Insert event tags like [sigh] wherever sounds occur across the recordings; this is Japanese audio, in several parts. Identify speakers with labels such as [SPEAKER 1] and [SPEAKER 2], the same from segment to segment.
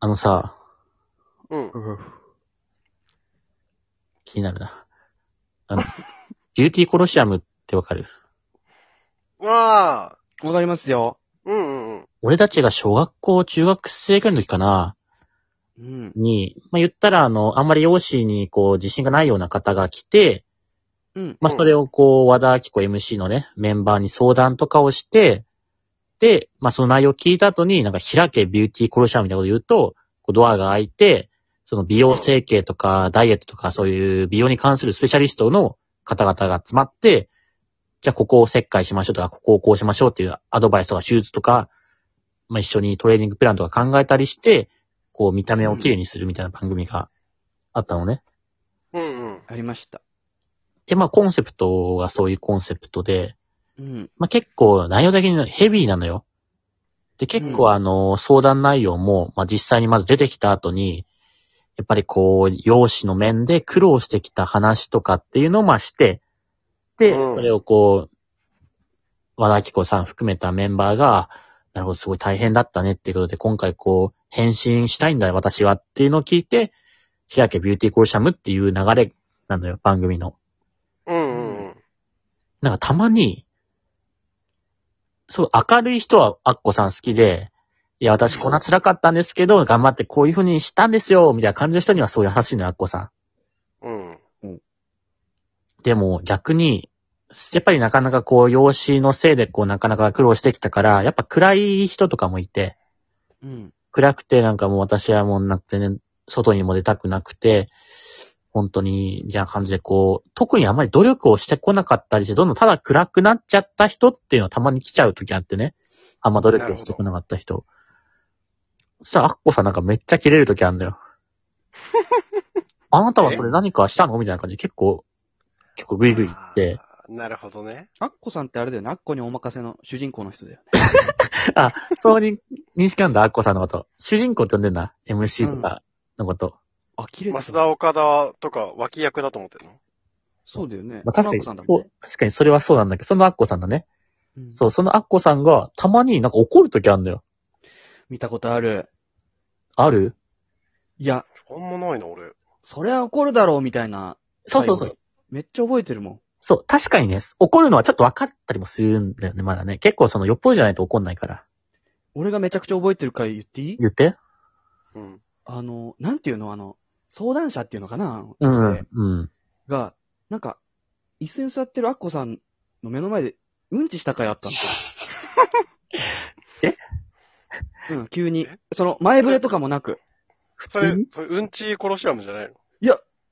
[SPEAKER 1] あのさ、
[SPEAKER 2] うん。
[SPEAKER 1] 気になるな。あの、 [laughs] ギルティコロシアムってわかる
[SPEAKER 2] ああ、
[SPEAKER 3] わかりますよ。
[SPEAKER 2] うんうんうん。
[SPEAKER 1] 俺たちが小学校、中学生くらいの時かな、
[SPEAKER 3] うん。
[SPEAKER 1] に、まあ、言ったらあの、あんまり容姿にこう、自信がないような方が来て、
[SPEAKER 3] うん。
[SPEAKER 1] まあ、
[SPEAKER 2] うん
[SPEAKER 1] それをこう、和田明子 MC のね、メンバーに相談とかをして、で、まあ、その内容を聞いた後に、なんか、開けビューティーコロシアムみたいなこと言うと、こうドアが開いて、その美容整形とか、ダイエットとか、そういう美容に関するスペシャリストの方々が集まって、じゃあ、ここを切開しましょうとか、ここをこうしましょうっていうアドバイスとか、手術とか、まあ、一緒にトレーニングプランとか考えたりして、こう、見た目をきれいにするみたいな番組があったのね。
[SPEAKER 2] うんうん。
[SPEAKER 3] ありました。
[SPEAKER 1] で、まあ、コンセプトがそういうコンセプトで、
[SPEAKER 3] うん。
[SPEAKER 1] まあ、結構内容的にヘビーなのよ。で、結
[SPEAKER 3] う
[SPEAKER 1] 構あの、相談内容も、まあ、実際にまず出てきた後に、やっぱりこう、容姿の面で苦労してきた話とかっていうのをまあして、で、
[SPEAKER 2] うん
[SPEAKER 1] それをこう、和田明子さん含めたメンバーが、なるほど、すごい大変だったねっていうことで、今回こう、返信したいんだよ、私はっていうのを聞いて、開けビューティーコーシャムっていう流れなのよ、番組の。
[SPEAKER 2] うんうんうん。
[SPEAKER 1] なんかたまに、そう、明るい人はアッコさん好きで、いや、私こんな辛かったんですけど、頑張ってこういう風にしたんですよ、みたいな感じの人にはそう優しいのよ、アッコさん。
[SPEAKER 2] うん。
[SPEAKER 1] でも逆に、やっぱりなかなかこう、養子のせいでこう、なかなか苦労してきたから、やっぱ暗い人とかもいて、
[SPEAKER 3] うん。
[SPEAKER 1] 暗くてなんかもう私はもうなくてね、外にも出たくなくて、本当に、みたいな感じでこう、特にあんまり努力をしてこなかったりして、どんどんただ暗くなっちゃった人っていうのはたまに来ちゃう時あってね。あんま努力をしてこなかった人。さあ、アッコさんなんかめっちゃ切れる時あるんだよ。あなたはそれ何かしたのみたいな感じで結構、結構グイグイ言って。
[SPEAKER 2] あー。なるほどね。
[SPEAKER 3] アッコさんってあれだよね。アッコにお任せの主人公の人だよね。
[SPEAKER 1] そうに認識なんだ、アッコさんのこと。主人公って呼んでんだ。MC とかのこと。
[SPEAKER 3] あ、綺麗だ
[SPEAKER 2] 増田岡田とか脇役だと思ってるの
[SPEAKER 3] そうだよね。
[SPEAKER 1] まあ、確か
[SPEAKER 3] アッ
[SPEAKER 1] に、
[SPEAKER 3] コさんだ
[SPEAKER 1] そ
[SPEAKER 3] もんね
[SPEAKER 1] う、確かにそれはそうなんだけど、そのアッコさんだね。
[SPEAKER 3] うん
[SPEAKER 1] そう、そのアッコさんが、たまになんか怒るときあるんだよ。
[SPEAKER 3] 見たことある。
[SPEAKER 1] ある
[SPEAKER 3] いや、
[SPEAKER 2] あんまないな、俺。
[SPEAKER 3] それは怒るだろうみたいな。
[SPEAKER 1] そうそうそう。。
[SPEAKER 3] めっちゃ覚えてるもん。
[SPEAKER 1] そう、確かにね、怒るのはちょっと分かったりもするんだよね、まだね。結構その、よっぽどじゃないと怒んないから。
[SPEAKER 3] 俺がめちゃくちゃ覚えてるから言っていい
[SPEAKER 1] 言って
[SPEAKER 2] うん。
[SPEAKER 3] あの、なんていうのあの、相談者っていうのかな
[SPEAKER 1] う
[SPEAKER 3] 女
[SPEAKER 1] ん
[SPEAKER 3] 性。
[SPEAKER 1] うん。
[SPEAKER 3] が、なんか、椅子に座ってるアッコさんの目の前で、うんちした回あったんです
[SPEAKER 1] [laughs]
[SPEAKER 3] よ。えうん、急に
[SPEAKER 2] え。
[SPEAKER 3] その、前触れとかもなく。
[SPEAKER 1] 普
[SPEAKER 2] それ
[SPEAKER 1] 通に、
[SPEAKER 2] それ、うんちコロシアムじゃないの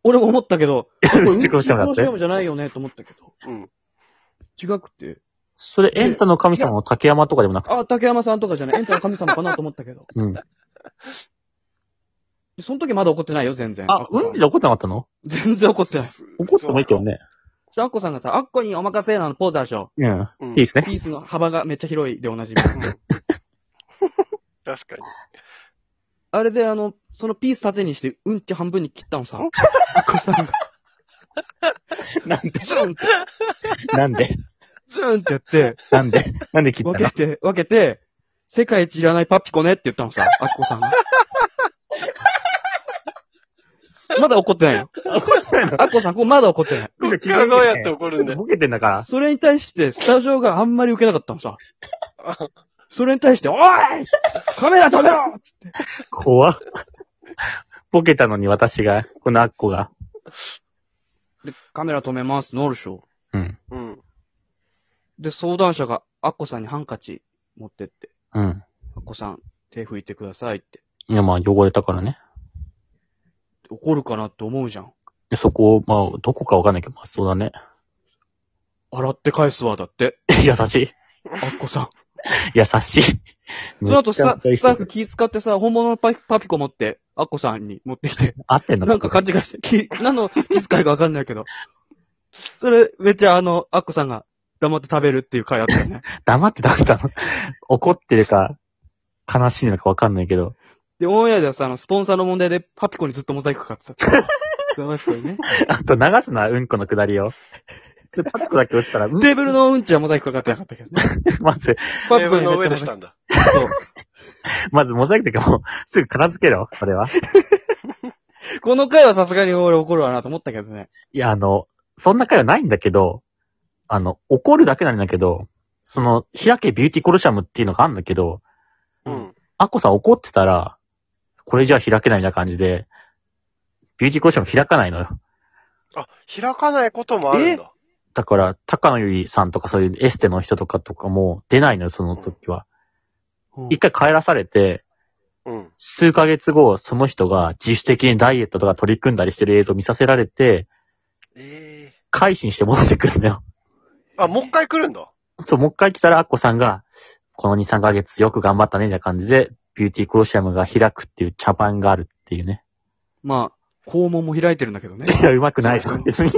[SPEAKER 3] 俺も思ったけど、
[SPEAKER 1] [laughs] うんち殺した
[SPEAKER 3] うん
[SPEAKER 1] の
[SPEAKER 3] ち
[SPEAKER 1] だ
[SPEAKER 3] 殺し
[SPEAKER 1] って。
[SPEAKER 3] じゃないよねと思ったけど。
[SPEAKER 2] うん。
[SPEAKER 3] 違くて。
[SPEAKER 1] それ、エンタの神様の竹山とかでもなくて。
[SPEAKER 3] あ、竹山さんとかじゃない。エンタの神様かなと思ったけど。
[SPEAKER 1] うん。
[SPEAKER 3] でその時まだ怒ってないよ、全然。
[SPEAKER 1] あ、うんちで怒ってなかったの
[SPEAKER 3] 全然怒ってない。
[SPEAKER 1] 怒ってもいいけどね。
[SPEAKER 3] そうアッコさんがさ、アッコにお任せなのポーズあるでしょ。
[SPEAKER 1] うん。
[SPEAKER 2] そう。うん
[SPEAKER 1] いいですね。 [laughs]
[SPEAKER 3] ピースの幅がめっちゃ広いでおなじみ。
[SPEAKER 2] うん確かに。
[SPEAKER 3] あれであの、そのピース縦にして、うんち半分に切ったのさ。アッコさん [laughs] が、
[SPEAKER 1] なんで
[SPEAKER 3] ズーンって、
[SPEAKER 1] なんで
[SPEAKER 3] ズーンってやって、
[SPEAKER 1] なんでなんで切った
[SPEAKER 3] 分け
[SPEAKER 1] の
[SPEAKER 3] て、分けて、世界一いらないパピコねって言ったのさ、アッコ [laughs] さんが。まだ怒ってないよ。アッコさん、こうまだ怒ってない。
[SPEAKER 2] こっからどうやって怒るんだよ。
[SPEAKER 1] ボケてんだから。
[SPEAKER 3] それに対して、スタジオがあんまり受けなかったのさ。それに対して、おいカメラ止めろ
[SPEAKER 1] 怖っ。ボケたのに私が、このアッコが。
[SPEAKER 3] で、カメラ止めますってなるでしょ。
[SPEAKER 1] うん。
[SPEAKER 2] [laughs] うん。
[SPEAKER 3] で、相談者がアッコさんにハンカチ持ってって、
[SPEAKER 1] うん。
[SPEAKER 3] アッコさん、手拭いてくださいって。
[SPEAKER 1] いや、まあ、汚れたからね。
[SPEAKER 3] 怒るかなって思うじゃん。
[SPEAKER 1] でそこを、まあ、どこかわかんないけど、まあ、そうだね。 [laughs]
[SPEAKER 3] 洗って返すわ、だって。
[SPEAKER 1] 優しい。
[SPEAKER 3] アッコさん。
[SPEAKER 1] 優しい。
[SPEAKER 3] その後スタ、スタッフ
[SPEAKER 1] フ。
[SPEAKER 3] 気使ってさ、本物のパピパピコ持って、アッコさんに持ってきて、
[SPEAKER 1] 合ってんの
[SPEAKER 3] なんか勘違いして、き、何の気遣いかわかんないけど。それ、めっちゃあの、アッコさんが黙って食べるっていう回あったよね。
[SPEAKER 1] 黙って食べたの [laughs] 怒ってるか、悲しいのかわかんないけど。 [laughs]
[SPEAKER 3] で、オンエアではさ、あの、スポンサーの問題でパピコにずっとモザイクかかってた。確かにね。
[SPEAKER 1] あと流すな、うんこのくだりを。 [laughs] それパックだけ打ったら、うん
[SPEAKER 3] テーブルのうんちはモザイクかかってなかったけどね。
[SPEAKER 1] [laughs] まず、
[SPEAKER 2] テ
[SPEAKER 3] パ
[SPEAKER 2] ー
[SPEAKER 3] ピ
[SPEAKER 2] ブ
[SPEAKER 3] コ
[SPEAKER 2] ル
[SPEAKER 3] にめ
[SPEAKER 2] の
[SPEAKER 3] っち
[SPEAKER 2] 上
[SPEAKER 3] ゃモ
[SPEAKER 2] でし
[SPEAKER 3] ザイ
[SPEAKER 2] たんだ。
[SPEAKER 3] ク。そう。
[SPEAKER 1] まずモザイクというか [laughs] もう、すぐ片付けろ、それは。
[SPEAKER 3] この回はさすがに俺怒るわなと思ったけどね。
[SPEAKER 1] いや、あの、そんな会はないんだけど、あの、怒るだけなんだけど、その、開けビューティーコロシアムっていうのがあるんだけど、
[SPEAKER 2] うん。
[SPEAKER 1] アッコさん怒ってたら、これじゃ開けないみたいな感じで、ビューティーコロシアム開かないのよ。
[SPEAKER 2] あ、開かないこともあるんだ。
[SPEAKER 1] だから、高野由里さんとかそういうエステの人とかとかも出ないのよ、その時は。一回帰らされて、
[SPEAKER 2] うん。
[SPEAKER 1] 数ヶ月後、その人が自主的にダイエットとか取り組んだりしてる映像を見させられて、
[SPEAKER 2] ええ
[SPEAKER 1] 改心して戻ってくるのよ。
[SPEAKER 2] あ、もう一回来るんだ。
[SPEAKER 1] そう、もう一回来たらアッコさんが、この2、3ヶ月よく頑張ったね、みたいな感じで、ビューティークロシアムが開くっていう茶番があるっていうね。
[SPEAKER 3] まあ、肛門も開いてるんだけどね。
[SPEAKER 1] いや、うまくないです、別に。